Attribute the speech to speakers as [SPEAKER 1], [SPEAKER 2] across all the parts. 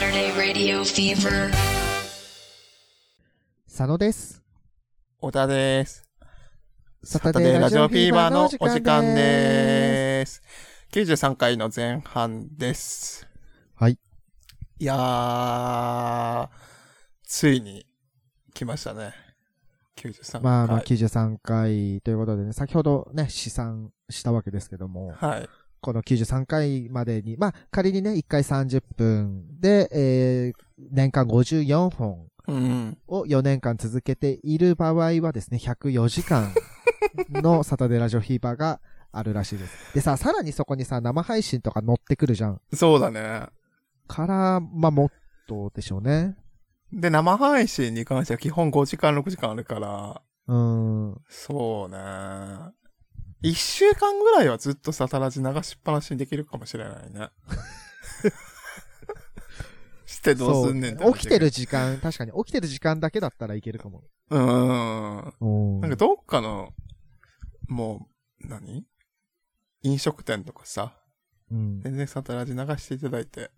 [SPEAKER 1] Radio Fever.
[SPEAKER 2] 佐野です。
[SPEAKER 3] 小田です。
[SPEAKER 2] サ
[SPEAKER 3] サタデーラジオフィーバーのお時間でーす。93回の前半です。
[SPEAKER 2] はい。
[SPEAKER 3] いやー、ついに来ましたね。93回。
[SPEAKER 2] まあまあ、93回ということでね、先ほどね、試算したわけですけども、
[SPEAKER 3] はい。
[SPEAKER 2] この93回までに、まあ、仮にね、1回30分で、えー、年間54本
[SPEAKER 3] うん。
[SPEAKER 2] を4年間続けている場合はですね、104時間 のサタデーラジオフィーバーがあるらしいです。でさ、さらにそこにさ、生配信とか乗ってくるじゃん。
[SPEAKER 3] そうだね。
[SPEAKER 2] から、まあ、もっとでしょうね。
[SPEAKER 3] で、生配信に関しては基本5時間、6時間あるから、
[SPEAKER 2] うーん。
[SPEAKER 3] そうね。1週間ぐらいはずっとサタラジ流しっぱなしにできるかもしれな いね。してどうすんねんって
[SPEAKER 2] そう起きてる時間、確かに起きてる時間だけだったらいけるかも。
[SPEAKER 3] うーん。
[SPEAKER 2] うん
[SPEAKER 3] なんかどっかの、もう、何飲食店とかさ、
[SPEAKER 2] うん、
[SPEAKER 3] 全然サタラジ流していただいて。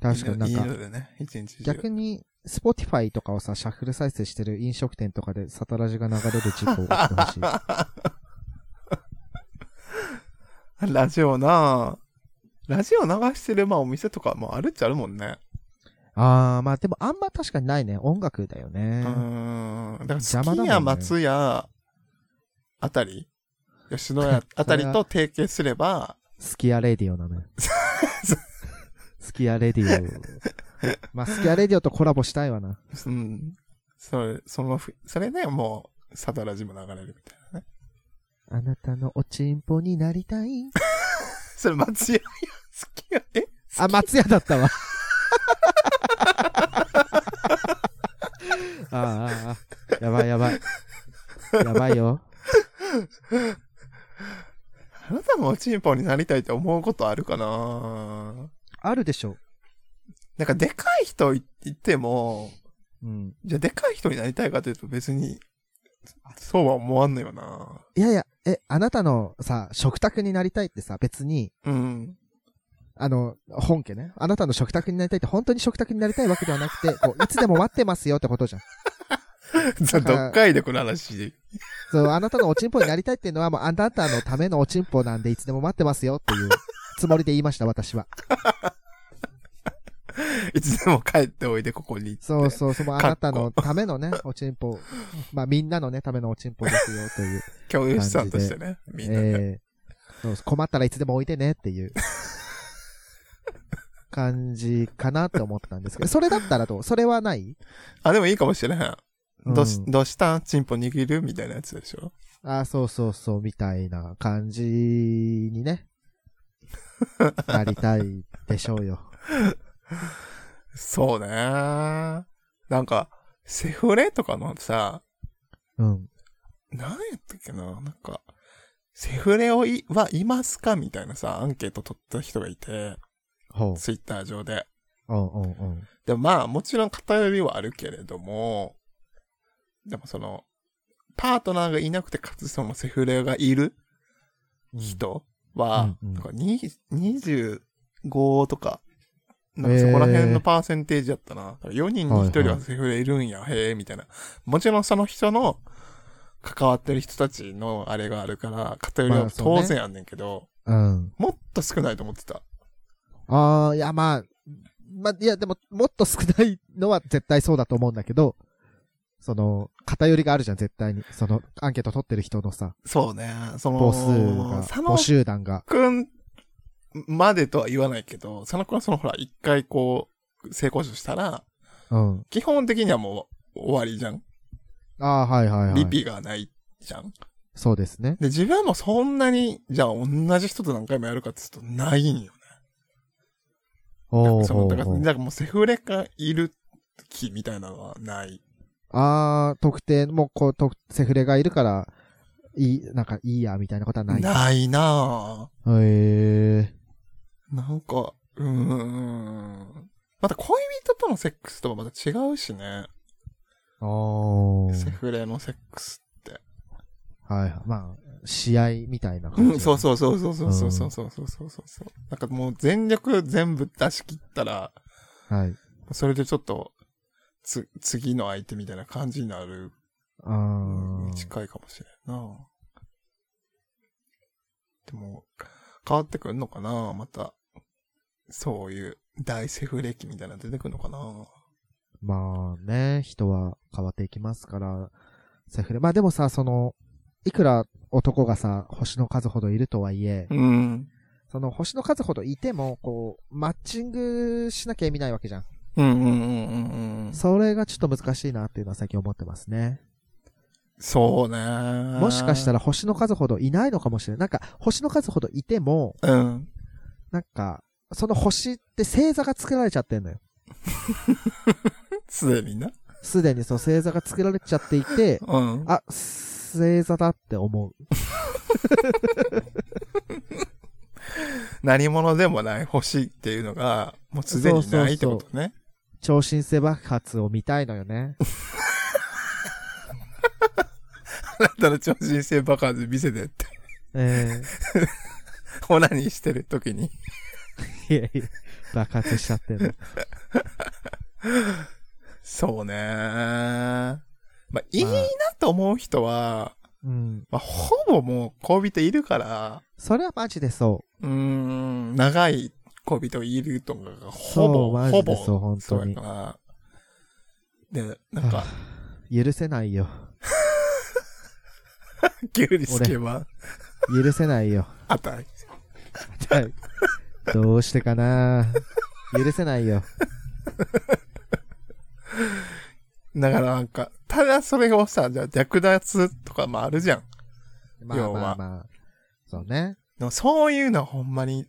[SPEAKER 2] 確かにないん
[SPEAKER 3] い
[SPEAKER 2] か
[SPEAKER 3] の、でね、一日中。
[SPEAKER 2] 逆に、スポティファイとかをさ、シャッフル再生してる飲食店とかで、サタラジが流れる事故を起きて ほしい。
[SPEAKER 3] ラジオなぁラジオ流してる、まあお店とかもあるっちゃあるもんね。
[SPEAKER 2] あー、まあでもあんま確かにないね。音楽だよ
[SPEAKER 3] う
[SPEAKER 2] ね。
[SPEAKER 3] ーん。だから、
[SPEAKER 2] 邪
[SPEAKER 3] 好
[SPEAKER 2] 魔だも
[SPEAKER 3] き
[SPEAKER 2] んね
[SPEAKER 3] や松屋あたり、吉野家あたりと提携すれば、
[SPEAKER 2] スキアレディオ なのよ。スキアレディオ。 まあ、スキアレディオとコラボしたいわな。
[SPEAKER 3] うん。それ、そのふ、それね、もう、サタラジも流れるみたいなね。
[SPEAKER 2] あなたのおちんぽになりたい。
[SPEAKER 3] それ松屋や、好きや、え
[SPEAKER 2] あ、松屋だったわ。ああああ、やばいやばい。やばいよ。
[SPEAKER 3] あなたもおちんぽになりたいって思うことあるかな
[SPEAKER 2] あるでしょ。
[SPEAKER 3] なんかでかい人いっても、
[SPEAKER 2] うん。
[SPEAKER 3] じゃあでかい人になりたいかというと別に、そうは思わんのよない
[SPEAKER 2] やいや、え、あなたのさ、食卓になりたいってさ、別に、
[SPEAKER 3] うん。
[SPEAKER 2] あの、本家ね。あなたの食卓になりたいって本当に食卓になりたいわけではなくて、こういつでも待ってますよってことじゃん。
[SPEAKER 3] じゃ
[SPEAKER 2] だ
[SPEAKER 3] あ
[SPEAKER 2] から
[SPEAKER 3] どっかいでこの話。
[SPEAKER 2] そう、あなたのおちんぽになりたいっていうのは、もうあなたのためのおちんぽなんで、いつでも待ってますよっていうつもりで言いました、私は。
[SPEAKER 3] いつでも帰っておいで、ここに。
[SPEAKER 2] そうそう、そのあ
[SPEAKER 3] かっこ
[SPEAKER 2] なたのため のね、おちんぽ、まあみんなのね、ためのおちんぽですよという。
[SPEAKER 3] 共有資産としてね。みんなで。
[SPEAKER 2] えーそう困ったらいつでも置いてねって いう感じかなって思ったんですけど、それだったらどうそれはない
[SPEAKER 3] あ、でもいいかもしれへん。
[SPEAKER 2] うん
[SPEAKER 3] どうし、どうしたんチンポ握るみたいなやつでしょ
[SPEAKER 2] あそうそうそう、みたいな感じに ね、なりたいでしょうよ。
[SPEAKER 3] そうねなんか、セフレとかのさ、
[SPEAKER 2] うん。
[SPEAKER 3] 何やったっけななんか、セフレをい、はいますかみたいなさ、アンケート取った人がいて、
[SPEAKER 2] ほう。
[SPEAKER 3] ツイッター上で。
[SPEAKER 2] うんうんうん。
[SPEAKER 3] でもまあ、もちろん偏りはあるけれども、でもその、パートナーがいなくて、かつそのセフレがいる
[SPEAKER 2] うん
[SPEAKER 3] 人は、
[SPEAKER 2] うんうん
[SPEAKER 3] なんかに25とか、なんかそこら辺のパーセンテージだったな。4人に1人はセフレいるんや、へえ、みたいな。もちろんその人の関わってる人たちのあれがあるから、偏り
[SPEAKER 2] まあ
[SPEAKER 3] は
[SPEAKER 2] そうね
[SPEAKER 3] 当然あんねんけど、
[SPEAKER 2] うん。
[SPEAKER 3] もっと少ないと思ってた。
[SPEAKER 2] ああ、いや、まあ、まあ、いや、でも、もっと少ないのは絶対そうだと思うんだけど、その、偏りがあるじゃん、絶対に。その、アンケート取ってる人のさ、
[SPEAKER 3] そうね。その、
[SPEAKER 2] 母数
[SPEAKER 3] 佐
[SPEAKER 2] が、
[SPEAKER 3] 野
[SPEAKER 2] 母集団が。
[SPEAKER 3] くんまでとは言わないけど、佐野くんはそのほら、一回こう、成功したら、
[SPEAKER 2] うん。
[SPEAKER 3] 基本的にはもう終わりじゃん。
[SPEAKER 2] ああ、はいはいは
[SPEAKER 3] リ
[SPEAKER 2] い。
[SPEAKER 3] ピがないじゃん。
[SPEAKER 2] そうですね。
[SPEAKER 3] で、自分もそんなに、じゃあ同じ人と何回もやるかって言うとないんよ
[SPEAKER 2] お
[SPEAKER 3] ね。
[SPEAKER 2] ー
[SPEAKER 3] その、
[SPEAKER 2] ほ
[SPEAKER 3] だ
[SPEAKER 2] う
[SPEAKER 3] から、
[SPEAKER 2] ほう
[SPEAKER 3] だからもうセフレがいる気みたいなのはない。
[SPEAKER 2] ああ、特定、もう、こう、とセフレがいるから、いい、なんか、いいや、みたいなことはない。へ
[SPEAKER 3] ないな
[SPEAKER 2] え。
[SPEAKER 3] ぁ。なんか、うーん。また恋人とのセックスとはまた違うしね。
[SPEAKER 2] ああ。
[SPEAKER 3] セフレのセックスって。
[SPEAKER 2] はいはい。まあ、試合みたいな
[SPEAKER 3] う
[SPEAKER 2] 感じ。
[SPEAKER 3] ん、そうそうそうそうそうそうそうそうそうそうそう。なんかもう全力全部出し切ったら、
[SPEAKER 2] う。はい。
[SPEAKER 3] それでちょっと、つ、次の相手みたいな感じになる、
[SPEAKER 2] あー
[SPEAKER 3] 近いかもしれんな。でも、変わってくんのかなまた、そういう大セフレ期みたいなの出てくんのかな
[SPEAKER 2] まあね、人は変わっていきますから、セフレ。まあでもさ、その、いくら男がさ、星の数ほどいるとはいえ、
[SPEAKER 3] うん。
[SPEAKER 2] その星の数ほどいても、こう、マッチングしなきゃ意味ないわけじゃん。
[SPEAKER 3] うんうんうんうんうん。
[SPEAKER 2] それがちょっと難しいなっていうのは最近思ってますね。
[SPEAKER 3] そうね。
[SPEAKER 2] もしかした
[SPEAKER 3] ら。
[SPEAKER 2] ら星の数ほどいないのかもしれない。なんか、星の数ほどいても、
[SPEAKER 3] うん。
[SPEAKER 2] なんか、その星って星座が作られちゃってんのよ。
[SPEAKER 3] すでにな。
[SPEAKER 2] すでにその星座が作られちゃってい て、
[SPEAKER 3] うん。
[SPEAKER 2] あ、星座だって思う。
[SPEAKER 3] 何者でもない星っていうのが、もうすでにないってことね。
[SPEAKER 2] 超新星爆発を見たいのよ ね。
[SPEAKER 3] だったら超人生爆発見せて って。
[SPEAKER 2] え
[SPEAKER 3] オナニーしてる時に。
[SPEAKER 2] え いやいや爆発しちゃってんの。
[SPEAKER 3] そうねまあ、いいなと思う人は、
[SPEAKER 2] うん。
[SPEAKER 3] まあ、ほぼもう恋人いるから、
[SPEAKER 2] それはマジでそう
[SPEAKER 3] ーん、長い恋人いるとかが、ほぼ、
[SPEAKER 2] そうマ
[SPEAKER 3] ほ
[SPEAKER 2] ジで
[SPEAKER 3] ぼ、
[SPEAKER 2] そう本当に
[SPEAKER 3] そうやから。で、
[SPEAKER 2] う。
[SPEAKER 3] なんか、
[SPEAKER 2] 許せないよ。
[SPEAKER 3] ギュリスケは、
[SPEAKER 2] 許せない よ。
[SPEAKER 3] あたい。
[SPEAKER 2] はい。どうしてかな許せないよ。
[SPEAKER 3] だからなんか、ただそれをさ、じゃあ略奪とかもあるじゃん。
[SPEAKER 2] まあ
[SPEAKER 3] 要は
[SPEAKER 2] まあまあ。そうね。
[SPEAKER 3] でもそういうのはほんまに、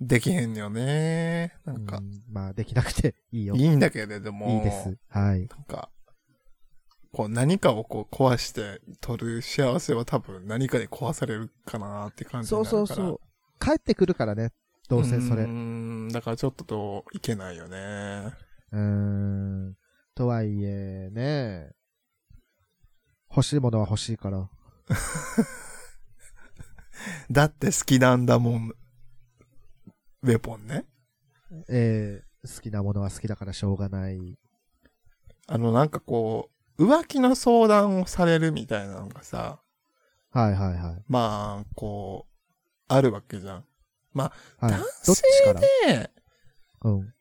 [SPEAKER 3] できへんよね。なん
[SPEAKER 2] う
[SPEAKER 3] か、
[SPEAKER 2] んまあ、できなくていいよ。
[SPEAKER 3] いいんだけれども。
[SPEAKER 2] いいです。はい。
[SPEAKER 3] なんか、こう何かをこう壊して取る幸せは多分何かで壊されるかなって感じに
[SPEAKER 2] そ
[SPEAKER 3] な
[SPEAKER 2] う
[SPEAKER 3] るから。
[SPEAKER 2] そうそう。帰ってくるからね。どうせそれ。
[SPEAKER 3] うー、
[SPEAKER 2] うん
[SPEAKER 3] だからちょっとどういけないよね。
[SPEAKER 2] ーん。とはいえね、欲しいものは欲しいから。
[SPEAKER 3] だって好きなんだもん。ウェポンね。
[SPEAKER 2] えー、好きなものは好きだからしょうがない。
[SPEAKER 3] あのなんかこう、浮気の相談をされるみたいなのがさ、
[SPEAKER 2] はいはいはい。
[SPEAKER 3] まあ、こう、あるわけじゃん。
[SPEAKER 2] はい、
[SPEAKER 3] 男
[SPEAKER 2] どっ
[SPEAKER 3] 性
[SPEAKER 2] ちから
[SPEAKER 3] で、
[SPEAKER 2] うん。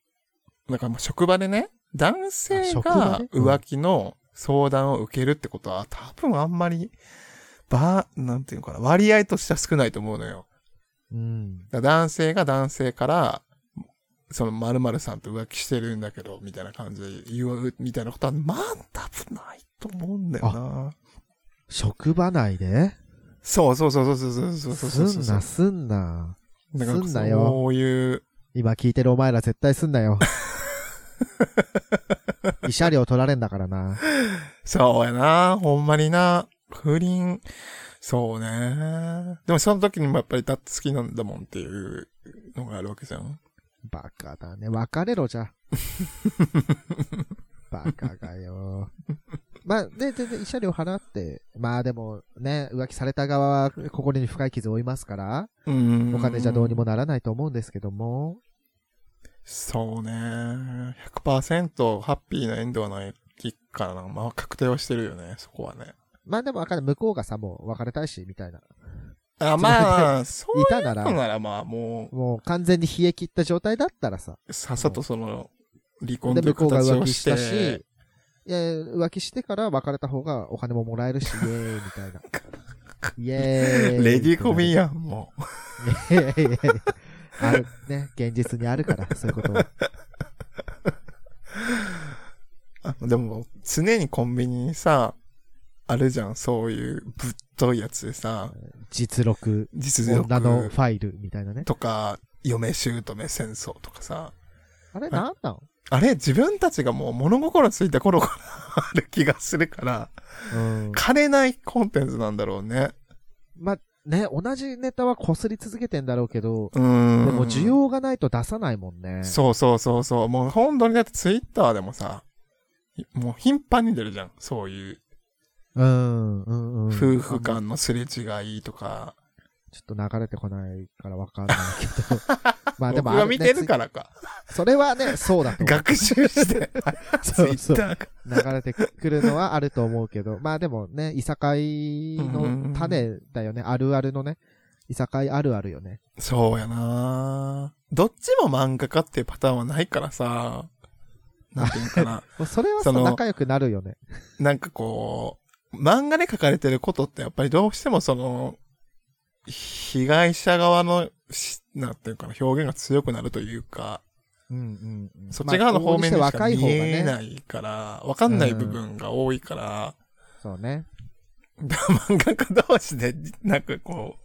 [SPEAKER 3] なんかもう職場でね、男性
[SPEAKER 2] あ職場
[SPEAKER 3] が
[SPEAKER 2] でうん
[SPEAKER 3] 浮気の相談を受けるってことは、多分あんまり、ば、なんていうのかな、割合としては少ないと思うのよ。
[SPEAKER 2] うん。
[SPEAKER 3] だから男性が男性から、その〇〇さんと浮気してるんだけど、みたいな感じで言う、みたいなことは、まあ、多分ないと思うんだよな。
[SPEAKER 2] 職場内で
[SPEAKER 3] そうそうそうそうそうそうそうそう
[SPEAKER 2] すんなすんな。
[SPEAKER 3] だから
[SPEAKER 2] すんなよ
[SPEAKER 3] そういう、
[SPEAKER 2] 今聞いてるお前ら絶対すんなよ。 慰謝料取られんだからな。
[SPEAKER 3] そうやな、ほんまにな、不倫、そうね。でもその時にもやっぱりだって好きなんだもんっていうのがあるわけじゃん。
[SPEAKER 2] バカだね。別れろじゃ。バカがよ。まあ、で、で、で、慰謝料払って、まあでもね、浮気された側は心に深い傷を負いますから、
[SPEAKER 3] うん
[SPEAKER 2] お金じゃどうにも。ならないと思うんですけども、
[SPEAKER 3] そうね。100%ハッピーなエンドはないからな。まあ確定はしてるよね、そこはね。
[SPEAKER 2] まあでもわかる、向こうがさ、もう別れたいし、みたいな。
[SPEAKER 3] あ、まあ、そう
[SPEAKER 2] いたな
[SPEAKER 3] なの
[SPEAKER 2] ら、
[SPEAKER 3] ならまあも
[SPEAKER 2] もう完全に冷え切った状態だったらさ、
[SPEAKER 3] う、さっさとその、離婚
[SPEAKER 2] で、
[SPEAKER 3] とい
[SPEAKER 2] 向こ
[SPEAKER 3] う
[SPEAKER 2] うが
[SPEAKER 3] 形
[SPEAKER 2] 浮
[SPEAKER 3] を
[SPEAKER 2] 気
[SPEAKER 3] し
[SPEAKER 2] したし、
[SPEAKER 3] て、
[SPEAKER 2] いや、浮気してから別れた方がお金ももらえるし、イエーイ、みたい な。イエーイ。
[SPEAKER 3] レディーコミ
[SPEAKER 2] ン
[SPEAKER 3] やん、もう。
[SPEAKER 2] いやいやいやいやある、ね、現実にあるから、そういうことは。
[SPEAKER 3] あでも、常にコンビニにさ、あるじゃん、そういうぶっといやつでさ、
[SPEAKER 2] 実録、
[SPEAKER 3] 実
[SPEAKER 2] 女のフ
[SPEAKER 3] 力
[SPEAKER 2] ァイルみたいなね。
[SPEAKER 3] とか、嫁姑戦争とかさ、
[SPEAKER 2] あれ、なんなの
[SPEAKER 3] あれ、自分たちがもう物心ついた頃から ある気がするから、
[SPEAKER 2] うん。
[SPEAKER 3] 枯れないコンテンツなんだろうね。
[SPEAKER 2] ま、ね、同じネタは擦り続けてんだろうけど、
[SPEAKER 3] うーん。
[SPEAKER 2] でも需要がないと出さないもんね。
[SPEAKER 3] そうそうそうそう。もう本当にだってツイッターでもさ、いもう頻繁に出るじゃん。そういう
[SPEAKER 2] うん、うん、うん。
[SPEAKER 3] 夫婦間のすれ違いとか、
[SPEAKER 2] ちょっと流れてこないからわかんないけ ど。まあでも
[SPEAKER 3] 僕が見てる
[SPEAKER 2] ら。
[SPEAKER 3] からか。
[SPEAKER 2] それはね、そうだと思う。
[SPEAKER 3] 学習して、ツ
[SPEAKER 2] そ
[SPEAKER 3] イ
[SPEAKER 2] う
[SPEAKER 3] ッ
[SPEAKER 2] そう。
[SPEAKER 3] ターか。
[SPEAKER 2] 流れてくるのはあると思うけど。まあでもね、いさかいの種だよね。あるあるのね。いさかいあるあるよね。
[SPEAKER 3] そうやなどっちも漫画家っていうパターンはないからさ、なんていうのかな。
[SPEAKER 2] もうそれはさ、
[SPEAKER 3] その
[SPEAKER 2] 仲良くなるよね。
[SPEAKER 3] なんかこう、漫画で書かれてることってやっぱりどうしてもその、被害者側のし、なんていうかな、表現が強くなるというか、
[SPEAKER 2] うんうんうん。
[SPEAKER 3] そっち側の方面に
[SPEAKER 2] まあ
[SPEAKER 3] し
[SPEAKER 2] 往々
[SPEAKER 3] か
[SPEAKER 2] にし
[SPEAKER 3] 見
[SPEAKER 2] て若い
[SPEAKER 3] え
[SPEAKER 2] 方がね。
[SPEAKER 3] ないから、わかんない部分が多いから、
[SPEAKER 2] そうね。
[SPEAKER 3] 漫画家同士で、なんかこ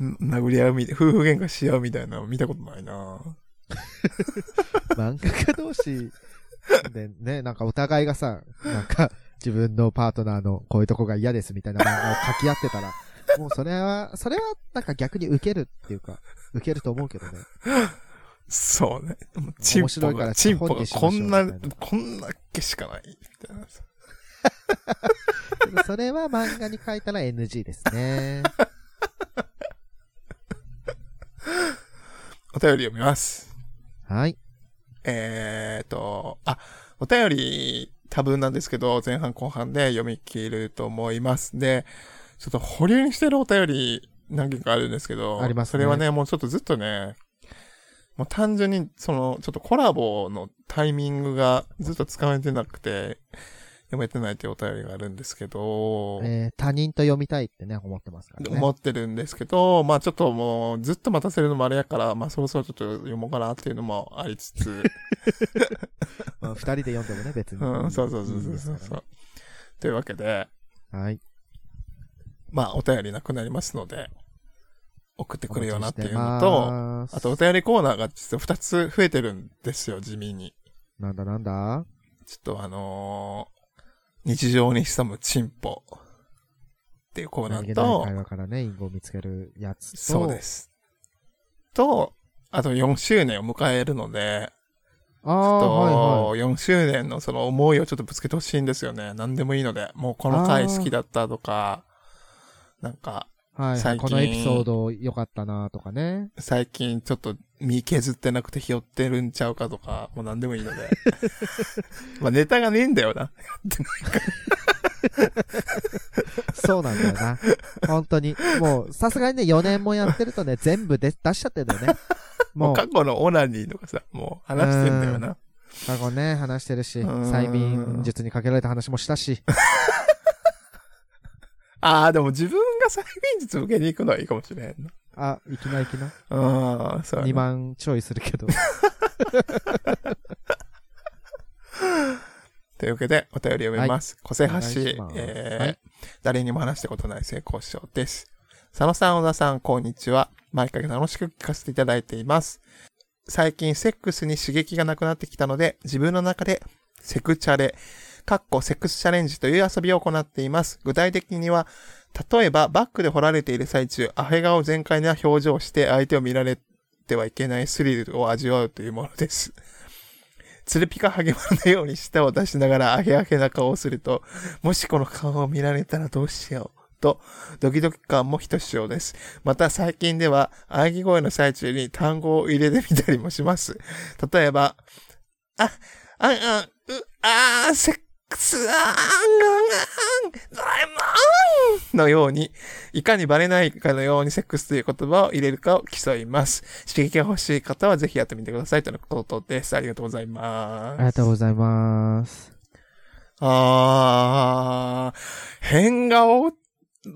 [SPEAKER 3] う、ん殴り合うみたい、夫婦喧嘩し合うみたいなの見たことないな
[SPEAKER 2] 漫画家同士でね、なんかお互いがさ、なんか自分のパートナーのこういうとこが嫌ですみたいな漫画を書き合ってたら、もうそれは、それはなんか逆に受けるっていうか、受けると思うけどね。
[SPEAKER 3] そうね。もうチン
[SPEAKER 2] 面白
[SPEAKER 3] ポ
[SPEAKER 2] いか
[SPEAKER 3] が、
[SPEAKER 2] ら
[SPEAKER 3] チンポ
[SPEAKER 2] 本
[SPEAKER 3] が
[SPEAKER 2] にしましょ
[SPEAKER 3] こ
[SPEAKER 2] うん
[SPEAKER 3] な、
[SPEAKER 2] みたいな
[SPEAKER 3] こんなけしかない。みたいな
[SPEAKER 2] けどそれは漫画に書いたら NG ですね。
[SPEAKER 3] お便り読みます。
[SPEAKER 2] はい。
[SPEAKER 3] えーと、あ、お便り多分なんですけど、前半後半で読み切ると思います。で、ちょっと保留にしてるお便り何件かあるんですけど、
[SPEAKER 2] ありますね
[SPEAKER 3] それはね、もうちょっとずっとね、もう単純に、その、ちょっとコラボのタイミングがずっとつかめてなくて、読めてないというお便りがあるんですけど、
[SPEAKER 2] えー、他人と読みたいってね、思ってますからね。
[SPEAKER 3] 思ってるんですけど、まあちょっともうずっと待たせるのもあれやから、まあそろそろちょっと読もうかなっていうのもあり つつ、
[SPEAKER 2] まあ二人で読んでもね、別に。
[SPEAKER 3] うん、そうそうそうそうそう
[SPEAKER 2] いいですか
[SPEAKER 3] というわけで、
[SPEAKER 2] らねはい。
[SPEAKER 3] まあ、お便りなくなりますので、送ってくるよなっていうの
[SPEAKER 2] お
[SPEAKER 3] と、
[SPEAKER 2] 待ちしてま
[SPEAKER 3] あ
[SPEAKER 2] す
[SPEAKER 3] とお便りコーナーが実は2つ増えてるんですよ、地味に。
[SPEAKER 2] なんだなんだ
[SPEAKER 3] ちょっとあのー日常に潜むチンポっていうコーナ
[SPEAKER 2] 何気ない
[SPEAKER 3] ーと
[SPEAKER 2] 会、話からね、隠語を見つけるやつと。
[SPEAKER 3] そうです。と、あと4周年を迎えるので、
[SPEAKER 2] あ
[SPEAKER 3] ち
[SPEAKER 2] あ、はいはい
[SPEAKER 3] ょっと4周年のその思いをちょっとぶつけてほしいんですよね。何でもいいので、もうこの回好きだったとか、なんか、
[SPEAKER 2] はいは
[SPEAKER 3] 最
[SPEAKER 2] い。
[SPEAKER 3] 近
[SPEAKER 2] このエピソード良かったなとかね。
[SPEAKER 3] 最近ちょっと身削ってなくてひよってるんちゃうかとか、もう何でもいいので。 まあネタがねえんだよな。
[SPEAKER 2] そうなんだよ な。本当に。もう、さすがにね、4年もやってるとね、全部で出しちゃってん だよね。
[SPEAKER 3] も
[SPEAKER 2] も
[SPEAKER 3] う
[SPEAKER 2] う、
[SPEAKER 3] 過去のオナニーとかさ、もう話してんだよな。
[SPEAKER 2] 過去ね、話してるし、
[SPEAKER 3] うーん
[SPEAKER 2] 催眠術にかけられた話もした し。
[SPEAKER 3] ああ、でも自分が催眠術受けに行くのはいいかもしれんな。
[SPEAKER 2] あ、いきなりいきな。
[SPEAKER 3] うん、そうやな
[SPEAKER 2] 2万ちょいするけ ど。
[SPEAKER 3] というわけで、お便り読みます。個性発
[SPEAKER 2] お願い
[SPEAKER 3] 信
[SPEAKER 2] します
[SPEAKER 3] えー
[SPEAKER 2] はい
[SPEAKER 3] 誰にも話したことない性交渉です。佐野さん、小田さん、こんにちは。毎回楽しく聞かせていただいています。最近、セックスに刺激がなくなってきたので、自分の中で、セクチャレ、かっこセックスチャレンジという遊びを行っています。具体的には、例えば、バックで掘られている最中、アヘ顔全開な表情をして、相手を見られてはいけないスリルを味わうというものです。つるぴか励まのように舌を出しながらアヘアヘな顔をすると、 もしこの顔を見られたらどうしよう。と、ドキドキ感もひとしおです。また最近では、喘ぎ声の最中に単語を入れてみたりもします。例えば、あ、あんあん、う、あー、セックス、あんあんあん、ドラえもんのように、いかにバレないかのようにセックスという言葉を入れるかを競います。刺激が欲しい方はぜひやってみてくださいとのことです。ありがとうございま
[SPEAKER 2] あ
[SPEAKER 3] す。
[SPEAKER 2] りがとうございます。
[SPEAKER 3] あー、変顔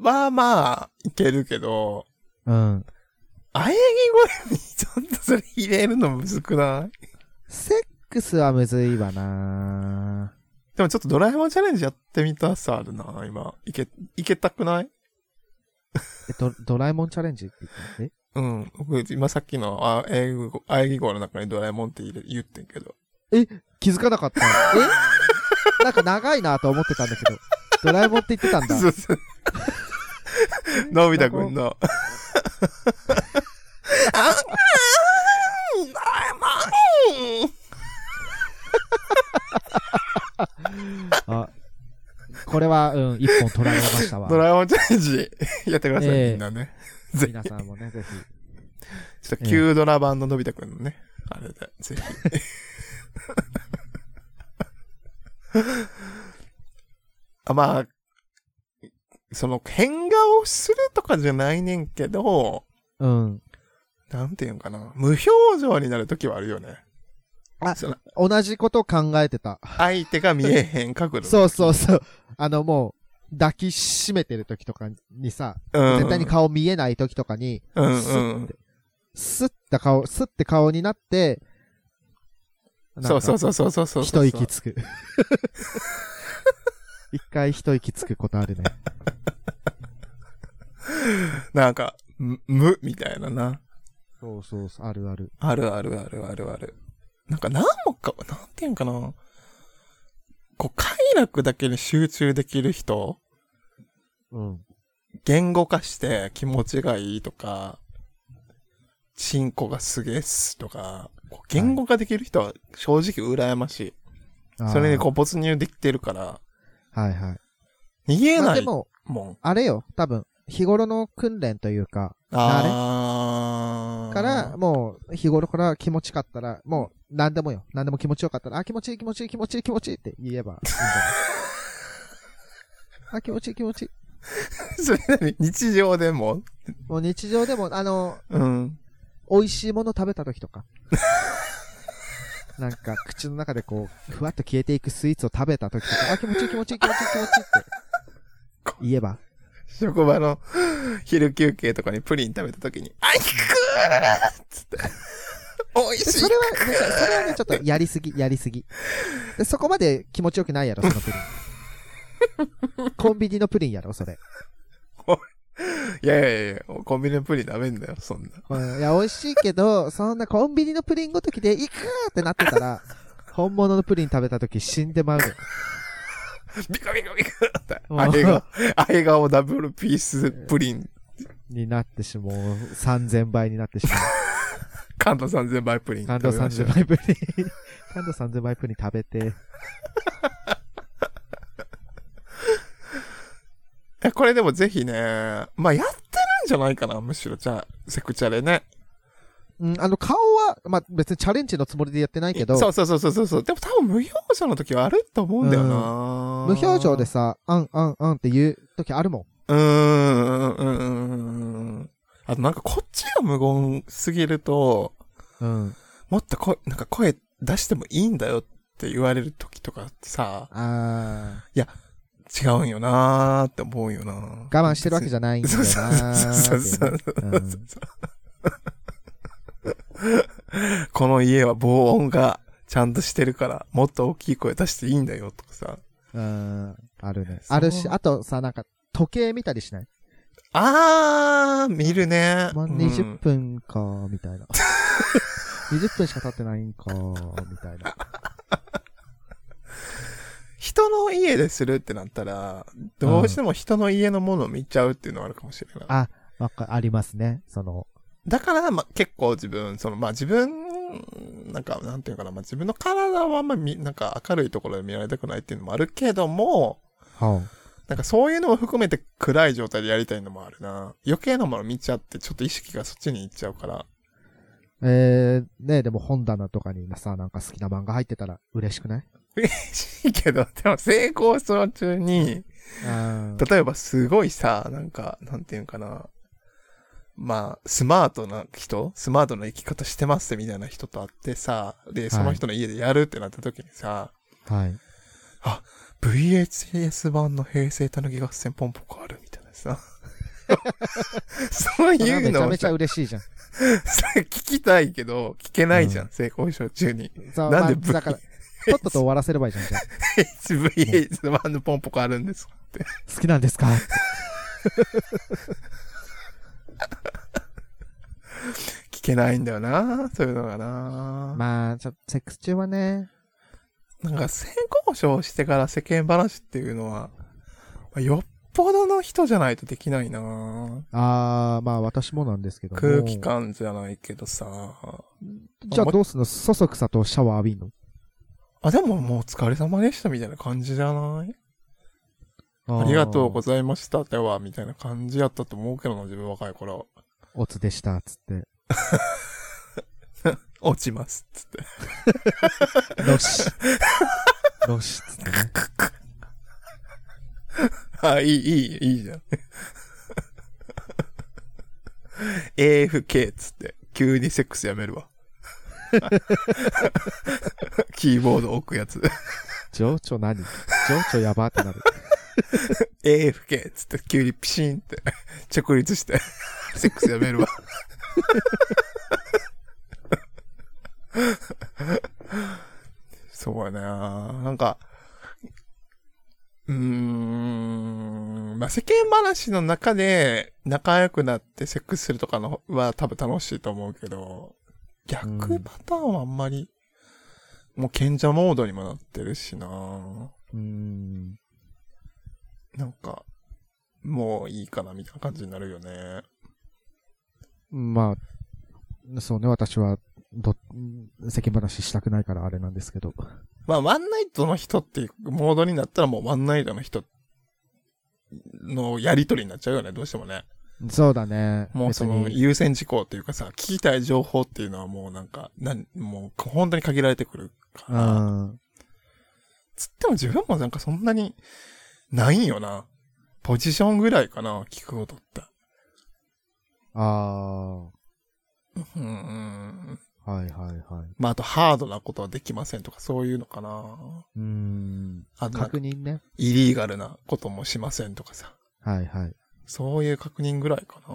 [SPEAKER 3] はまあ、いけるけど、
[SPEAKER 2] うん。
[SPEAKER 3] あえぎ声にちょっとそれ入れるのむずくない
[SPEAKER 2] セックスはむずいわな
[SPEAKER 3] でもちょっとドラえもんチャレンジやってみたさあるな、今。いけ、いけたくない
[SPEAKER 2] え、ドドラえもんチャレンジって言ってえ
[SPEAKER 3] うん。僕、今さっきの、あ、えぎ声、あえぎ声の中にドラえもんって入れ言ってんけど。
[SPEAKER 2] 気づかなかった。え なんか長いなと思ってたんだけど。ドラえもんって言ってたんだ。
[SPEAKER 3] そうそう。のび太くんの。あん、うんドラえもん
[SPEAKER 2] あ、これは、うん、一本捉えましたわ。
[SPEAKER 3] ドラえもんチャレンジ やってください、
[SPEAKER 2] ええ
[SPEAKER 3] みんなね。ぜひ、
[SPEAKER 2] 皆さんもね、ぜひ。
[SPEAKER 3] ちょっと旧ドラ版ののび太くんのね、あれで、ぜひ。 あまあ、その、変顔するとかじゃないねんけど、
[SPEAKER 2] うん。
[SPEAKER 3] なんていうんかな、無表情になるときはあるよね。
[SPEAKER 2] あ
[SPEAKER 3] その
[SPEAKER 2] 同じこと考えてた。
[SPEAKER 3] 相手が見えへん角度。
[SPEAKER 2] そうそうそう。あの、もう、抱きしめてる時とかにさ、
[SPEAKER 3] うん
[SPEAKER 2] 絶対に顔見えない時とかに、
[SPEAKER 3] うん
[SPEAKER 2] ス
[SPEAKER 3] う
[SPEAKER 2] ッ
[SPEAKER 3] ん
[SPEAKER 2] て。、スッた顔、スッて顔になって、。
[SPEAKER 3] そうそううそうそうそうそう。
[SPEAKER 2] 一息つく。 一回一息つくことあるね。
[SPEAKER 3] なんか、む無、みたいなな。
[SPEAKER 2] そうそうそう、あるある。
[SPEAKER 3] あるあるあるあるある。なんか何もか、なんていうんかな。こう、快楽だけに集中できる人、
[SPEAKER 2] うん。
[SPEAKER 3] 言語化して気持ちがいいとか、チンコがすげえっすとか、こう言語化できる人は正直羨ましい。それにこう没入できてるから、
[SPEAKER 2] う。はいはい。
[SPEAKER 3] 逃げ
[SPEAKER 2] まあ
[SPEAKER 3] な
[SPEAKER 2] で
[SPEAKER 3] い
[SPEAKER 2] も、
[SPEAKER 3] もん。
[SPEAKER 2] あれよ、多分、日頃の訓練というか、
[SPEAKER 3] あー。
[SPEAKER 2] から、、もう、日頃から気持ちよかったら、もう、何でもよ。何でも気持ちよかったら、あ、気持ちいい気持ちいい気持ちいい気持ちいいって言えばいいんじゃ ないあ、気持ちいい気持ちいい。
[SPEAKER 3] それなりに日常でも、
[SPEAKER 2] もう日常でも、あの、
[SPEAKER 3] うん。
[SPEAKER 2] 美味しいもの食べた時 とか。なんか、口の中でこう、ふわっと消えていくスイーツを食べた時とか、あ、気持ちいい気持ちいい気持ちいい 気持ちいいって言えば。
[SPEAKER 3] 職場の昼休憩とかにプリン食べた時に、あいくーっつって。美味
[SPEAKER 2] で
[SPEAKER 3] しい
[SPEAKER 2] そ。れは、ね、それはね、ちょっとやりすぎ、やりすぎ。でそこまで気持ちよくないやろ、そのプリン。コンビニのプリンやろ、それ。
[SPEAKER 3] いやいやいや、コンビニのプリン食べんだよ、そんな。
[SPEAKER 2] うんいや、美味しいけど、そんなコンビニのプリンごときで、いくーってなってたら、本物のプリン食べたとき死んでまうよ。
[SPEAKER 3] ビカビカビカって。
[SPEAKER 2] うん
[SPEAKER 3] あれが、あれがダブルピースプリン。
[SPEAKER 2] になってしまう。3000倍になってしまう。
[SPEAKER 3] 感度3000倍プリン。
[SPEAKER 2] 感動30倍プリン。 感動3000倍プリン食べて。
[SPEAKER 3] えこれでもぜひね、まあ、やってるんじゃないかな、むしろ。じゃあ、セクチャレね。
[SPEAKER 2] うん、あの、顔は、まあ、別にチャレンジのつもりでやってないけど、
[SPEAKER 3] そうそうそうそうそう。でも多分無表情の時はあると思うんだよな。
[SPEAKER 2] 無表情でさ、あんあんあんって言うときあるもん。
[SPEAKER 3] うーん、うんうんうんうん。あとなんかこっちが無言すぎると、
[SPEAKER 2] うん。
[SPEAKER 3] もっとこ、なんか声出してもいいんだよって言われる時とかさ、
[SPEAKER 2] あ
[SPEAKER 3] 違うんよなーって思うよな我
[SPEAKER 2] ー。我慢してるわけじゃないんだよ
[SPEAKER 3] そう
[SPEAKER 2] な
[SPEAKER 3] そ
[SPEAKER 2] ー
[SPEAKER 3] う
[SPEAKER 2] って
[SPEAKER 3] そう
[SPEAKER 2] ね
[SPEAKER 3] そうそう
[SPEAKER 2] うん
[SPEAKER 3] そうそう。この家は防音がちゃんとしてるから、もっと大きい声出していいんだよとかさ。
[SPEAKER 2] うん。あるね。
[SPEAKER 3] そう
[SPEAKER 2] あるし、あとさ、なんか、時計見たりしない
[SPEAKER 3] あー、見るね。
[SPEAKER 2] まあ、
[SPEAKER 3] うん
[SPEAKER 2] 20分か、みたいな。20分しか経ってないんか、みたいな。
[SPEAKER 3] 人の家でするってなったら、どうしても人の家のものを見ちゃうっていうのはあるかもしれない。
[SPEAKER 2] あわか、ありますね。その、
[SPEAKER 3] だから、まあ、結構自分、その、まあ、自分、なんか、なんていうかな、まあ、自分の体はあんまみ、なんか明るいところで見られたくないっていうのもあるけども、
[SPEAKER 2] は
[SPEAKER 3] なんかそういうのも含めて暗い状態でやりたいのもあるな。余計なもの見ちゃって、ちょっと意識がそっちに行っちゃうから。
[SPEAKER 2] えー、ねでも本棚とかにさ、なんか好きな漫画入ってたら嬉しくない
[SPEAKER 3] 嬉しいけど、でも成功走中に、
[SPEAKER 2] うん。
[SPEAKER 3] 例えばすごいさ、なんか、なんていうのかな。まあ、スマートな人スマートな生き方してますみたいな人と会ってさ、で、その人の家でやるってなった時にさ、
[SPEAKER 2] はい。
[SPEAKER 3] VHS 版の平成たぬき合戦ポンポコあるみたいな さ。そう
[SPEAKER 2] それ
[SPEAKER 3] い
[SPEAKER 2] は
[SPEAKER 3] う
[SPEAKER 2] めちゃ
[SPEAKER 3] のを
[SPEAKER 2] めちゃ
[SPEAKER 3] さ
[SPEAKER 2] 嬉しいじゃん。
[SPEAKER 3] 聞きたいけど、聞けないじゃん、
[SPEAKER 2] う
[SPEAKER 3] 成功賞中に。
[SPEAKER 2] そう
[SPEAKER 3] なんで
[SPEAKER 2] まあ
[SPEAKER 3] V-
[SPEAKER 2] だから、とっとと終わらせればいいじゃん、じゃあ
[SPEAKER 3] VHS 版のポンポコあるんですって。
[SPEAKER 2] 好きなんですか
[SPEAKER 3] 聞けないんだよな、そういうのがな。
[SPEAKER 2] まあ、ちょ、セックス中はね、
[SPEAKER 3] なんか性交渉してから世間話っていうのは、まあよっぽどの人じゃないとできないな
[SPEAKER 2] あー、まあ私もなんですけども
[SPEAKER 3] 空気。感じゃないけどさ。
[SPEAKER 2] じゃあどうすんのそそくさとシャワー浴びんの
[SPEAKER 3] あ、でももうお疲れ様でしたみたいな感じじゃない
[SPEAKER 2] あ
[SPEAKER 3] ありがとうご
[SPEAKER 2] ざい
[SPEAKER 3] ざいましたでは、みたいな感じやったと思うけどな、自分若い頃は。
[SPEAKER 2] ます。おつでした、つって。
[SPEAKER 3] 落ちます、つって。
[SPEAKER 2] ロシ。ロシ、つってね。
[SPEAKER 3] あ、いい、いい、いいじゃん。AFK っつって、急にセックスやめる わ。キーボード置くやつ。
[SPEAKER 2] 情緒何情緒やばってなる。
[SPEAKER 3] AFK っつって、急にピシンって、 直立して、 セックスやめるわ。 そうやななんか、うーん、まあ、世間話の中で仲良くなってセックスするとかのは多分楽しいと思うけど、逆パターンはあんまり、もう賢者モードにもなってるしな
[SPEAKER 2] うーん。
[SPEAKER 3] なんか、もういいかなみたいな感じになるよね。
[SPEAKER 2] まあ、そうね、私は、ど、世間話したくないからあれなんですけど。
[SPEAKER 3] まあ、ワンナイトの人っていうモードになったらもうワンナイトの人のやりとりになっちゃうよね、どうしてもね。
[SPEAKER 2] そうだね。
[SPEAKER 3] もうその
[SPEAKER 2] 別に
[SPEAKER 3] 優先事項っていうかさ、聞きたい情報っていうのはもうなんか、なんもう本当に限られてくるか
[SPEAKER 2] う
[SPEAKER 3] ら。
[SPEAKER 2] ん。
[SPEAKER 3] つっても自分もなんかそんなにないんよな。ポジションぐらいかな、聞くことって。
[SPEAKER 2] あ
[SPEAKER 3] うんうん。
[SPEAKER 2] あ、はいはいはい。
[SPEAKER 3] まあ、あとハードなことはできませんとかそういうのかな。
[SPEAKER 2] うーん。
[SPEAKER 3] あとなんか
[SPEAKER 2] 確認ね。
[SPEAKER 3] イリーガルなこともしませんとかさ。
[SPEAKER 2] はいはい。
[SPEAKER 3] そういう確認ぐらいかな。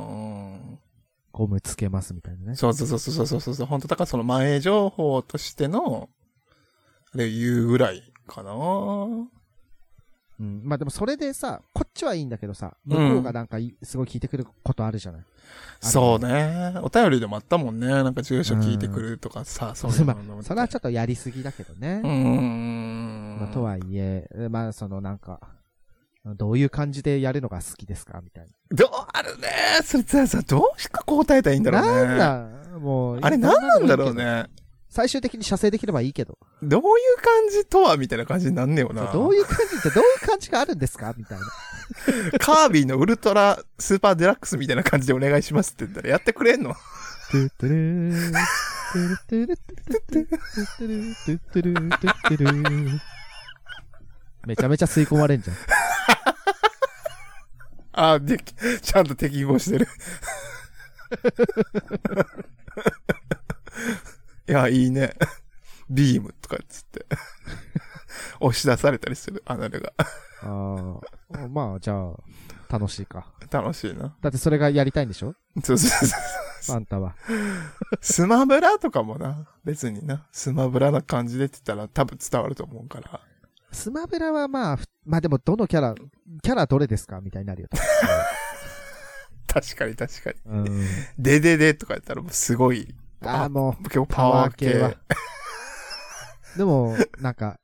[SPEAKER 2] ゴムつけますみたいなね。
[SPEAKER 3] そうそうそうそうそうそうそう。本当だからその前情報としての、あれ言うぐらいかな。
[SPEAKER 2] うん。まあでもそれでさ、こっちはいいんだけどさ、
[SPEAKER 3] う
[SPEAKER 2] 向
[SPEAKER 3] ん
[SPEAKER 2] こうがなんかいすごい聞いてくることあるじゃない。
[SPEAKER 3] そうね。お便りでもあったもんね。なんか住所聞いてくるとかさ、そういうの
[SPEAKER 2] ま
[SPEAKER 3] も
[SPEAKER 2] あ、それはちょっとやりすぎだけどね。
[SPEAKER 3] うーん。
[SPEAKER 2] まあ、とはいえ、まあそのなんか、どういう感じでやるのが好きですかみたい
[SPEAKER 3] どうあるね。それさ、さどうしか答えたらいいんだ
[SPEAKER 2] な。
[SPEAKER 3] ろうね。
[SPEAKER 2] なんだ、もう。
[SPEAKER 3] あれなんなんだろう
[SPEAKER 2] いいけど。
[SPEAKER 3] ね。
[SPEAKER 2] 最終的に射精できればいいけど。
[SPEAKER 3] どういう感じとはみたいな感じになんねよな。
[SPEAKER 2] どういう感じってどういう感じがあるんですかみ たいな。
[SPEAKER 3] カービィのウルトラスーパーデラックスみたいな感じでお願いしますって言ったらやってくれんの
[SPEAKER 2] トゥトゥルー。トゥルトゥルトゥルトゥルトゥルトゥルトゥルトゥルトゥルトゥルめちゃめちゃ吸い込まれんじゃん。
[SPEAKER 3] あで、ちゃんと適合してる。 いや、いいね。ビームとかっつって。押し出されたりする、アナルが。
[SPEAKER 2] ああ。まあ、じゃあ、楽しいか。
[SPEAKER 3] 楽しいな。
[SPEAKER 2] だってそれがやりたいんでしょ
[SPEAKER 3] そうそうそう。
[SPEAKER 2] あんたは。
[SPEAKER 3] スマブラとかもな、別にな、スマブラな感じでって言ったら多分伝わると思うから。
[SPEAKER 2] スマブラはまあ、ふまあでもどのキャラ、キャラどれですかみたいになるよ。
[SPEAKER 3] 確かに確かに。
[SPEAKER 2] うん。
[SPEAKER 3] デデデとかやったらもうすごい、
[SPEAKER 2] ああ、も
[SPEAKER 3] 結構
[SPEAKER 2] う、
[SPEAKER 3] パワー系。
[SPEAKER 2] パワ。でも、なんか、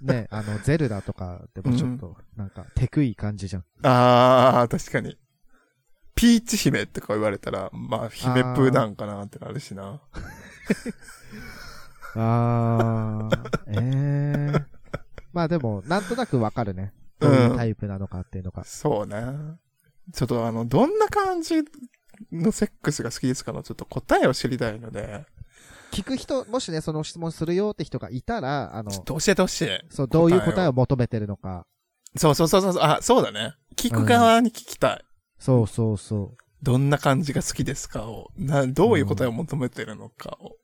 [SPEAKER 2] ね、あの、ゼルダとかでもちょっと、なんか、テクい感じじゃん。
[SPEAKER 3] あー、確かに。ピーチ姫とか言われたら、まあ、姫プーなんかなってなるしな。
[SPEAKER 2] ああ、ええまあでも、なんとなくわかるね。どういうタイプなのかっていうのが。
[SPEAKER 3] そうね。ちょっとあの、どんな感じのセックスが好きですかのちょっと答えを知りたいので、
[SPEAKER 2] 聞く人、もしね、その質問するよって人がいたら、あの
[SPEAKER 3] ちょっ、と教えてほしい。
[SPEAKER 2] そう、どういう答えを求めてるのか。
[SPEAKER 3] そうそうそうそう、あ、そうだね。聞く側に聞きたい。
[SPEAKER 2] そうそうそう。
[SPEAKER 3] どんな感じが好きですかを、な、どういう答えを求めてるのかを。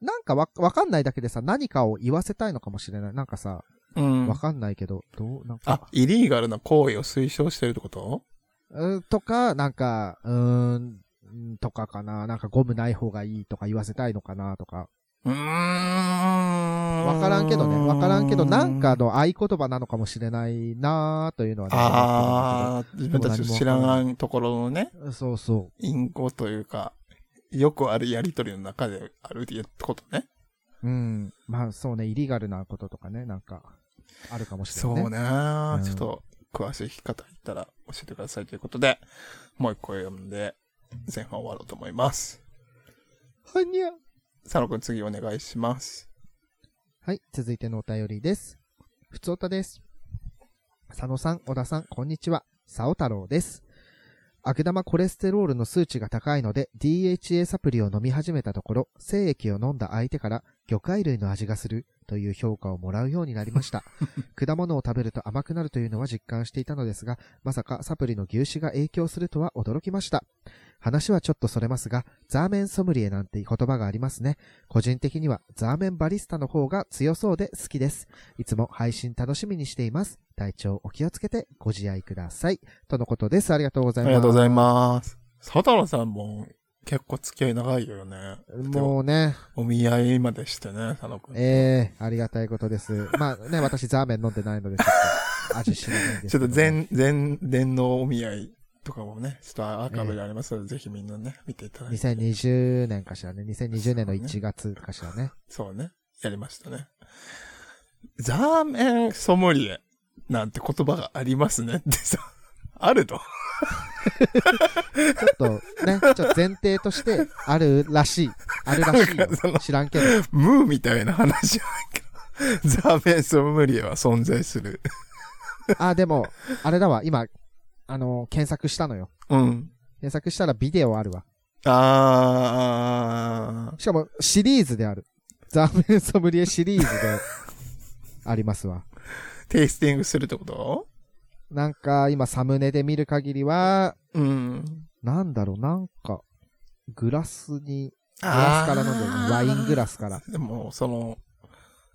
[SPEAKER 2] なんかわ、わかんないだけでさ、何かを言わせたいのかもしれない。なんかさ、
[SPEAKER 3] うん
[SPEAKER 2] わ。かんないけど、どう、なん
[SPEAKER 3] あ
[SPEAKER 2] か、、
[SPEAKER 3] イリーガルな行為を推奨してるってこと
[SPEAKER 2] うん、とか、なんか、うーん、うんとかかな。なんかゴムない方がいいとか言わせたいのかなとか。
[SPEAKER 3] うーん。
[SPEAKER 2] わからんけどね。わからんけど、なんか、の合言葉なのかもしれないなーというのはね。
[SPEAKER 3] ああ、自分たちの知らないところのね、
[SPEAKER 2] あ。そうそ
[SPEAKER 3] 隠語というか、よくあるやりとりの中であるってことね。
[SPEAKER 2] う。うん。まあそうね、イリガルなこととかね、なんか、あるかもしれ
[SPEAKER 3] そ
[SPEAKER 2] な
[SPEAKER 3] う
[SPEAKER 2] い、ね。
[SPEAKER 3] ね。
[SPEAKER 2] うん
[SPEAKER 3] ちょっと、詳しい聞き方いったら教えてくださいということで、もう一個読んで、前半終わろうと思います。
[SPEAKER 2] はにゃ。
[SPEAKER 3] 佐野くん次お願いします。
[SPEAKER 2] はい、続いてのお便りです。ふつおたです。佐野さん、小田さん、こんにちは。サオ太郎です。悪玉コレステロールの数値が高いので、DHA サプリを飲み始めたところ、精液を飲んだ相手から、魚介類の味がするという評価をもらうようになりま した。果物を食べると甘くなるというのは実感していたのですが、まさかサプリの牛脂が影響するとは驚きました。話はちょっとそれますが、ザーメンソムリエなんて言葉がありますね。個人的にはザーメンバリスタの方が強そうで好きです。いつも配信楽しみにしています。体調お気をつけてご自愛ください。とのことです。ありがとうござ
[SPEAKER 3] あ
[SPEAKER 2] います。
[SPEAKER 3] りがとうございます。佐太郎さんも結構付き合い長いよね。
[SPEAKER 2] もうね、
[SPEAKER 3] お見合いまでしてね、佐野くん。
[SPEAKER 2] ええありがたいこと です。まあね、私ザーメン飲んでないので、ちょっと味知らないんです
[SPEAKER 3] ち
[SPEAKER 2] け
[SPEAKER 3] ょっ
[SPEAKER 2] ど
[SPEAKER 3] と全、全、伝のお見合いとかもね、ちょっとアーカイブでありますので、ぜひみんなね、見ていただいて。
[SPEAKER 2] 2020年かしらね。2020年の1月かしらね。
[SPEAKER 3] そうね、やりましたね。ザーメンソムリエなんて言葉がありますねってさ、 あると。
[SPEAKER 2] ちょっとね、ちょっと前提としてあるらしい。あるらしいよ
[SPEAKER 3] なん かその。
[SPEAKER 2] 知らんけど。
[SPEAKER 3] ムーみたいな話じゃないけど、ザーメンソムリエは存在する。
[SPEAKER 2] あ、でも、あれだわ。今、あの、検索したのよ。
[SPEAKER 3] うん。
[SPEAKER 2] 検索したらビデオあるわ。
[SPEAKER 3] あー、
[SPEAKER 2] しかも、シリーズである。ザーメンソムリエシリーズで、ありますわ。
[SPEAKER 3] テイスティングするってこと
[SPEAKER 2] なんか、今、サムネで見る限りは、
[SPEAKER 3] うん。
[SPEAKER 2] なんだろう、なんか、グラスに、グラ
[SPEAKER 3] あ
[SPEAKER 2] スから飲んでるね。ワイングラスから。
[SPEAKER 3] ス。でも、その、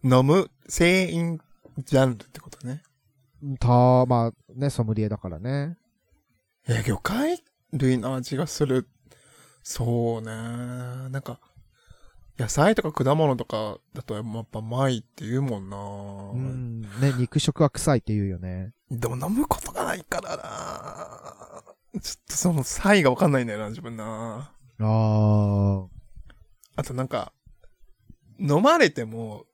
[SPEAKER 3] 飲む、製飲ジャンルってことね。
[SPEAKER 2] たまあ、ね、ソムリエだからね。
[SPEAKER 3] いや、魚介類の味がする。そうね。なんか、野菜とか果物とかだとやっぱ甘いって言うもん
[SPEAKER 2] う
[SPEAKER 3] な、
[SPEAKER 2] ん。ね、肉食は臭いって言うよね。
[SPEAKER 3] でも飲むことがないからなちょっとその差異がわかんないんだよな、自分な
[SPEAKER 2] あ
[SPEAKER 3] あとなんか、飲まれても、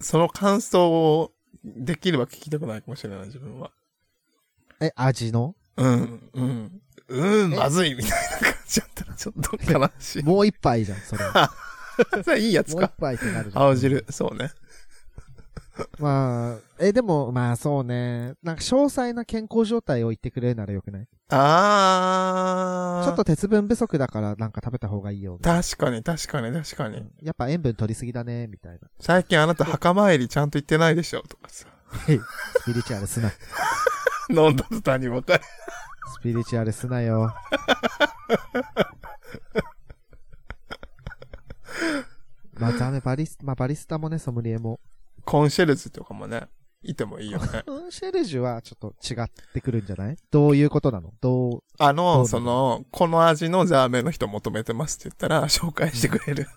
[SPEAKER 3] その感想をできれば聞きたくないかもしれない、自分は。
[SPEAKER 2] あ。え、味の
[SPEAKER 3] うん、うん。うん、
[SPEAKER 2] え
[SPEAKER 3] まずいみたいな感じだったらちょっと悲し い。
[SPEAKER 2] もう一杯じゃん、それ。も
[SPEAKER 3] それいいやつ
[SPEAKER 2] う一
[SPEAKER 3] か。
[SPEAKER 2] 杯ってなるじゃん。
[SPEAKER 3] 青。汁、そうね。
[SPEAKER 2] まあ、え、でも、まあそうね。なんか詳細な健康状態を言ってくれるならよくない
[SPEAKER 3] あー。
[SPEAKER 2] ちょっと。鉄分不足だからなんか食べた方がいいよ。
[SPEAKER 3] 確かに、確かに、確かに。
[SPEAKER 2] やっぱ塩分取りすぎだね、みたい な。
[SPEAKER 3] 最近あなた墓参りちゃんと行ってないでしょとかさ。
[SPEAKER 2] へいスピリチュアルすな。ス
[SPEAKER 3] 飲んだ途端に分かる。
[SPEAKER 2] ピリチュアルすな よ。まあ、ザメバリス、まあ、バリスタもね、ソムリエも。
[SPEAKER 3] コンシェルズとかもね、いてもいいよね。
[SPEAKER 2] コンシェルジュはちょっと違ってくるんじゃないどういうことなのどう、そ
[SPEAKER 3] あ
[SPEAKER 2] うだ
[SPEAKER 3] の、
[SPEAKER 2] ね
[SPEAKER 3] その、この味のザーメンの人求めてますって言ったら、紹介してくれる。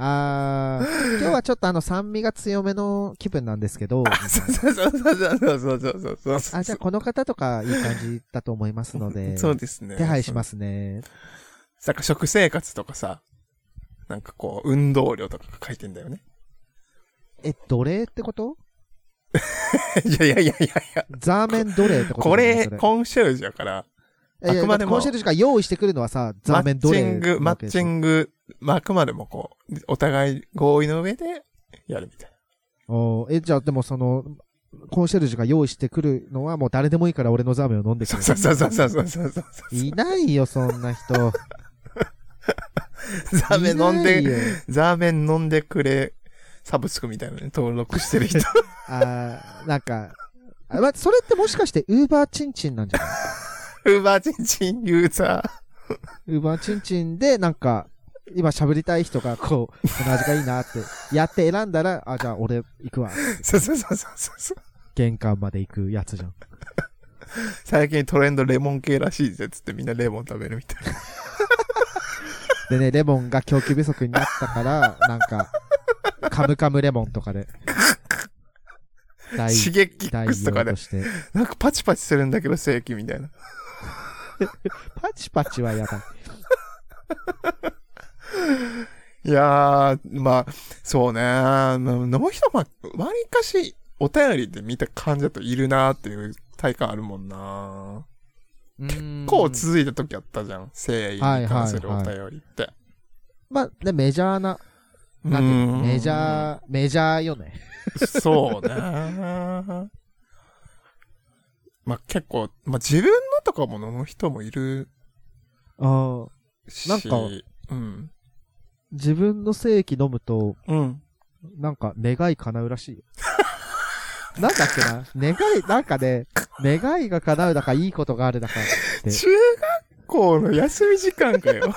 [SPEAKER 2] あー、今日はちょっとあの酸味が強めの気分なんですけ ど、みたいな
[SPEAKER 3] そう そうそうそうそうそうそうそうそう。
[SPEAKER 2] あ、じゃあこの方とかいい感じだと思いますので、
[SPEAKER 3] そうですね。
[SPEAKER 2] 手配しますね。
[SPEAKER 3] なんか食生活とかさ、なんかこう、運動量とか書いてんだよね。
[SPEAKER 2] え、奴隷ってこと
[SPEAKER 3] いやいやいやいやいや、
[SPEAKER 2] ザーメン奴隷ってこと
[SPEAKER 3] これ、
[SPEAKER 2] そ
[SPEAKER 3] コンシェルジュだから、
[SPEAKER 2] いやいや
[SPEAKER 3] あくまでも
[SPEAKER 2] コンシェルジュが用意してくるのはさ、ザ
[SPEAKER 3] マ
[SPEAKER 2] ーメン
[SPEAKER 3] ッ
[SPEAKER 2] 奴
[SPEAKER 3] チ
[SPEAKER 2] 隷
[SPEAKER 3] ング、マッチ
[SPEAKER 2] グ。
[SPEAKER 3] ング、まあ、あくまでもこう、お互い合意の上でやるみたい
[SPEAKER 2] おーえ、じゃあでもその、コンシェルジュが用意してくるのはもう誰でもいいから俺のザーメンを飲んで
[SPEAKER 3] な。
[SPEAKER 2] く
[SPEAKER 3] そう
[SPEAKER 2] れ。
[SPEAKER 3] そうそうそうそうそうそうそう。
[SPEAKER 2] いないよ、そんな 人。
[SPEAKER 3] ザーメン飲ん
[SPEAKER 2] い
[SPEAKER 3] で、
[SPEAKER 2] ないよ
[SPEAKER 3] ザーメン飲んでくれ、サブスクみたいなのに登録してる人。
[SPEAKER 2] あーなんか、あま、それってもしかしてウーバーチンチンなんじゃない
[SPEAKER 3] ウーバーチンチンユーザー。
[SPEAKER 2] ウーバーチンチンでなんか、今喋りたい人がこう、この味がいいなって、やって選んだら、あ、じゃあ俺行くわ。
[SPEAKER 3] そうそうそうそうそう。
[SPEAKER 2] 玄関まで行くやつじゃん。
[SPEAKER 3] 最近トレンドレモン系らしいぜっつってみんなレモン食べるみたいな。
[SPEAKER 2] でね、レモンが供給不足になったから、なんか、カムカムレモンとかで。 大
[SPEAKER 3] 刺激キッ
[SPEAKER 2] 代
[SPEAKER 3] クスとか
[SPEAKER 2] 用
[SPEAKER 3] で
[SPEAKER 2] として。
[SPEAKER 3] なんかパチパチするんだけど、正規みたいな。
[SPEAKER 2] パチパチはやばい。
[SPEAKER 3] いやー、まあ、そうね。まあ飲む人は、わりかし、お便りで見た感じだといるなーっていう体感あるもんな。こう続いた時あったじゃん。誠意に関するお
[SPEAKER 2] はい
[SPEAKER 3] 便
[SPEAKER 2] はい
[SPEAKER 3] りって。
[SPEAKER 2] まあ、ね、メジャーな、
[SPEAKER 3] う
[SPEAKER 2] なんていうのメジ
[SPEAKER 3] ー
[SPEAKER 2] ャー、メジャーよね。
[SPEAKER 3] ん。そうね。まあ結構、まあ自分のとかも飲む人もいる
[SPEAKER 2] ああ、
[SPEAKER 3] し、
[SPEAKER 2] なんか
[SPEAKER 3] うん。
[SPEAKER 2] 自分の正規飲むと、
[SPEAKER 3] うん。
[SPEAKER 2] なんか願い叶うら しいよ。なんだっけな願い、なんかね、願いが叶うだかいいことがあるだかって、
[SPEAKER 3] 中学校の休み時間かよ。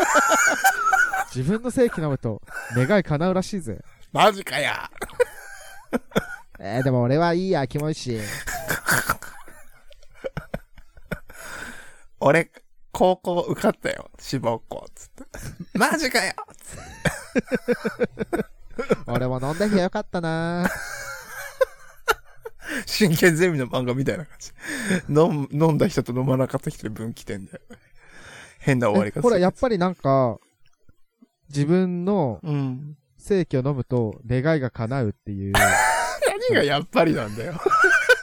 [SPEAKER 2] 自分の正規飲むと願い叶うらしいぜ。
[SPEAKER 3] マジかや。
[SPEAKER 2] えー、でも俺はいいや、キモいし。
[SPEAKER 3] 俺、高校受かったよ。志望校。つって。マジかよ。
[SPEAKER 2] 俺も飲んだ日はよかったな
[SPEAKER 3] 真剣ゼミの漫画みたいな感じ。飲ん飲んだ人と飲まなかった人で分岐点だよ。変 な終わり
[SPEAKER 2] え
[SPEAKER 3] 方す
[SPEAKER 2] ほ
[SPEAKER 3] る
[SPEAKER 2] ら、やっぱりなんか、自分の
[SPEAKER 3] うん。
[SPEAKER 2] 正規を飲むと願いが叶うって いう
[SPEAKER 3] 何がやっぱりなんだよ。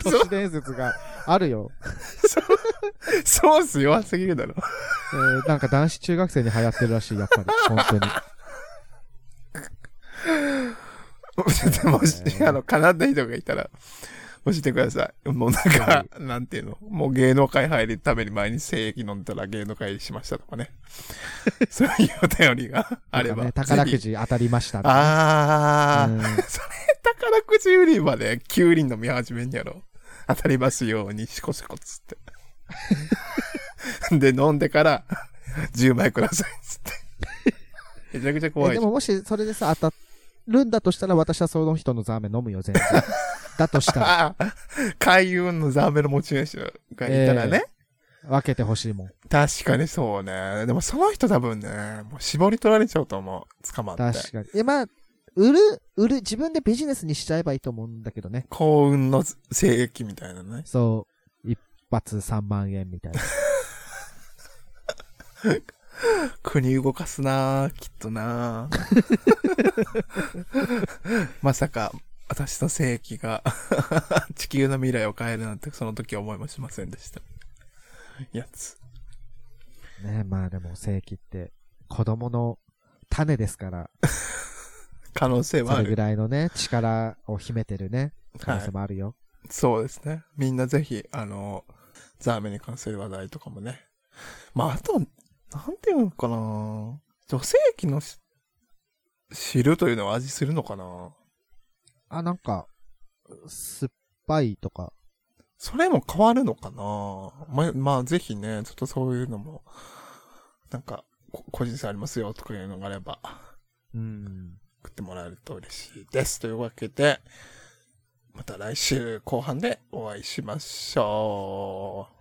[SPEAKER 2] 都市伝説があるよ。
[SPEAKER 3] ソース弱すぎるだろ。
[SPEAKER 2] えーなんか男子中学生に流行ってるらしい、やっぱり。本当に。
[SPEAKER 3] もし、あの、叶った人がいたら、教えてください。もうなんか
[SPEAKER 2] は、
[SPEAKER 3] なんていうの、もう芸能界入るために毎日精液飲んだら芸能界入りしましたと かね。そういうお便りが あれば。
[SPEAKER 2] なんかね、宝く
[SPEAKER 3] ぜひ。
[SPEAKER 2] じ当たりました、ね。
[SPEAKER 3] あー、
[SPEAKER 2] うん
[SPEAKER 3] 宝くじ売り場でキュウリ飲み始めんやろ。当たりますようにシコシコっつ って。で、飲んでから、10枚くださいっつって。めちゃくちゃ怖
[SPEAKER 2] え
[SPEAKER 3] い
[SPEAKER 2] で
[SPEAKER 3] じゃん。
[SPEAKER 2] ももしそれでさ、当たるんだとしたら私はその人のザーメン飲むよ、 全然。だとしたら、
[SPEAKER 3] ああ、 開運のザーメンの持ち主がいたらね。
[SPEAKER 2] 分けてほ しいもん。
[SPEAKER 3] 確かにそうね。でもその人多分ね、もう絞り取られちゃうと思う。捕まって。
[SPEAKER 2] 確かに。え、まあ、売る、売る、自分でビジネスにしちゃえばいいと思うんだけどね。
[SPEAKER 3] 幸運の精液みたいなね。
[SPEAKER 2] そう。一発3万円みたいな。
[SPEAKER 3] 国動かすなぁきっとな ぁまさか、私の精液が 地球の未来を変えるなんてその時は思いもしませんでした。やつ。
[SPEAKER 2] ね まあでも正規って、子供の種ですから、
[SPEAKER 3] 可能性は
[SPEAKER 2] そ
[SPEAKER 3] あ
[SPEAKER 2] れぐ
[SPEAKER 3] る。
[SPEAKER 2] らいのね、力を秘めてるね、可
[SPEAKER 3] は
[SPEAKER 2] 能性
[SPEAKER 3] い。
[SPEAKER 2] もあるよ。
[SPEAKER 3] そうですね。みんなぜひ、あの、ザーメンに関する話題とかもね。まあ、あと、なんていうのかな女性器のし汁というのは味するのかな
[SPEAKER 2] あ、なんか、酸っぱいとか、
[SPEAKER 3] それも変わるのかなま、まあ、ぜひね、ちょっとそういうのも、なんか、こ個人差ありますよとかいうのがあれば、
[SPEAKER 2] うん。
[SPEAKER 3] 送ってもらえると嬉しいです。というわけで、また来週後半でお会いしましょう。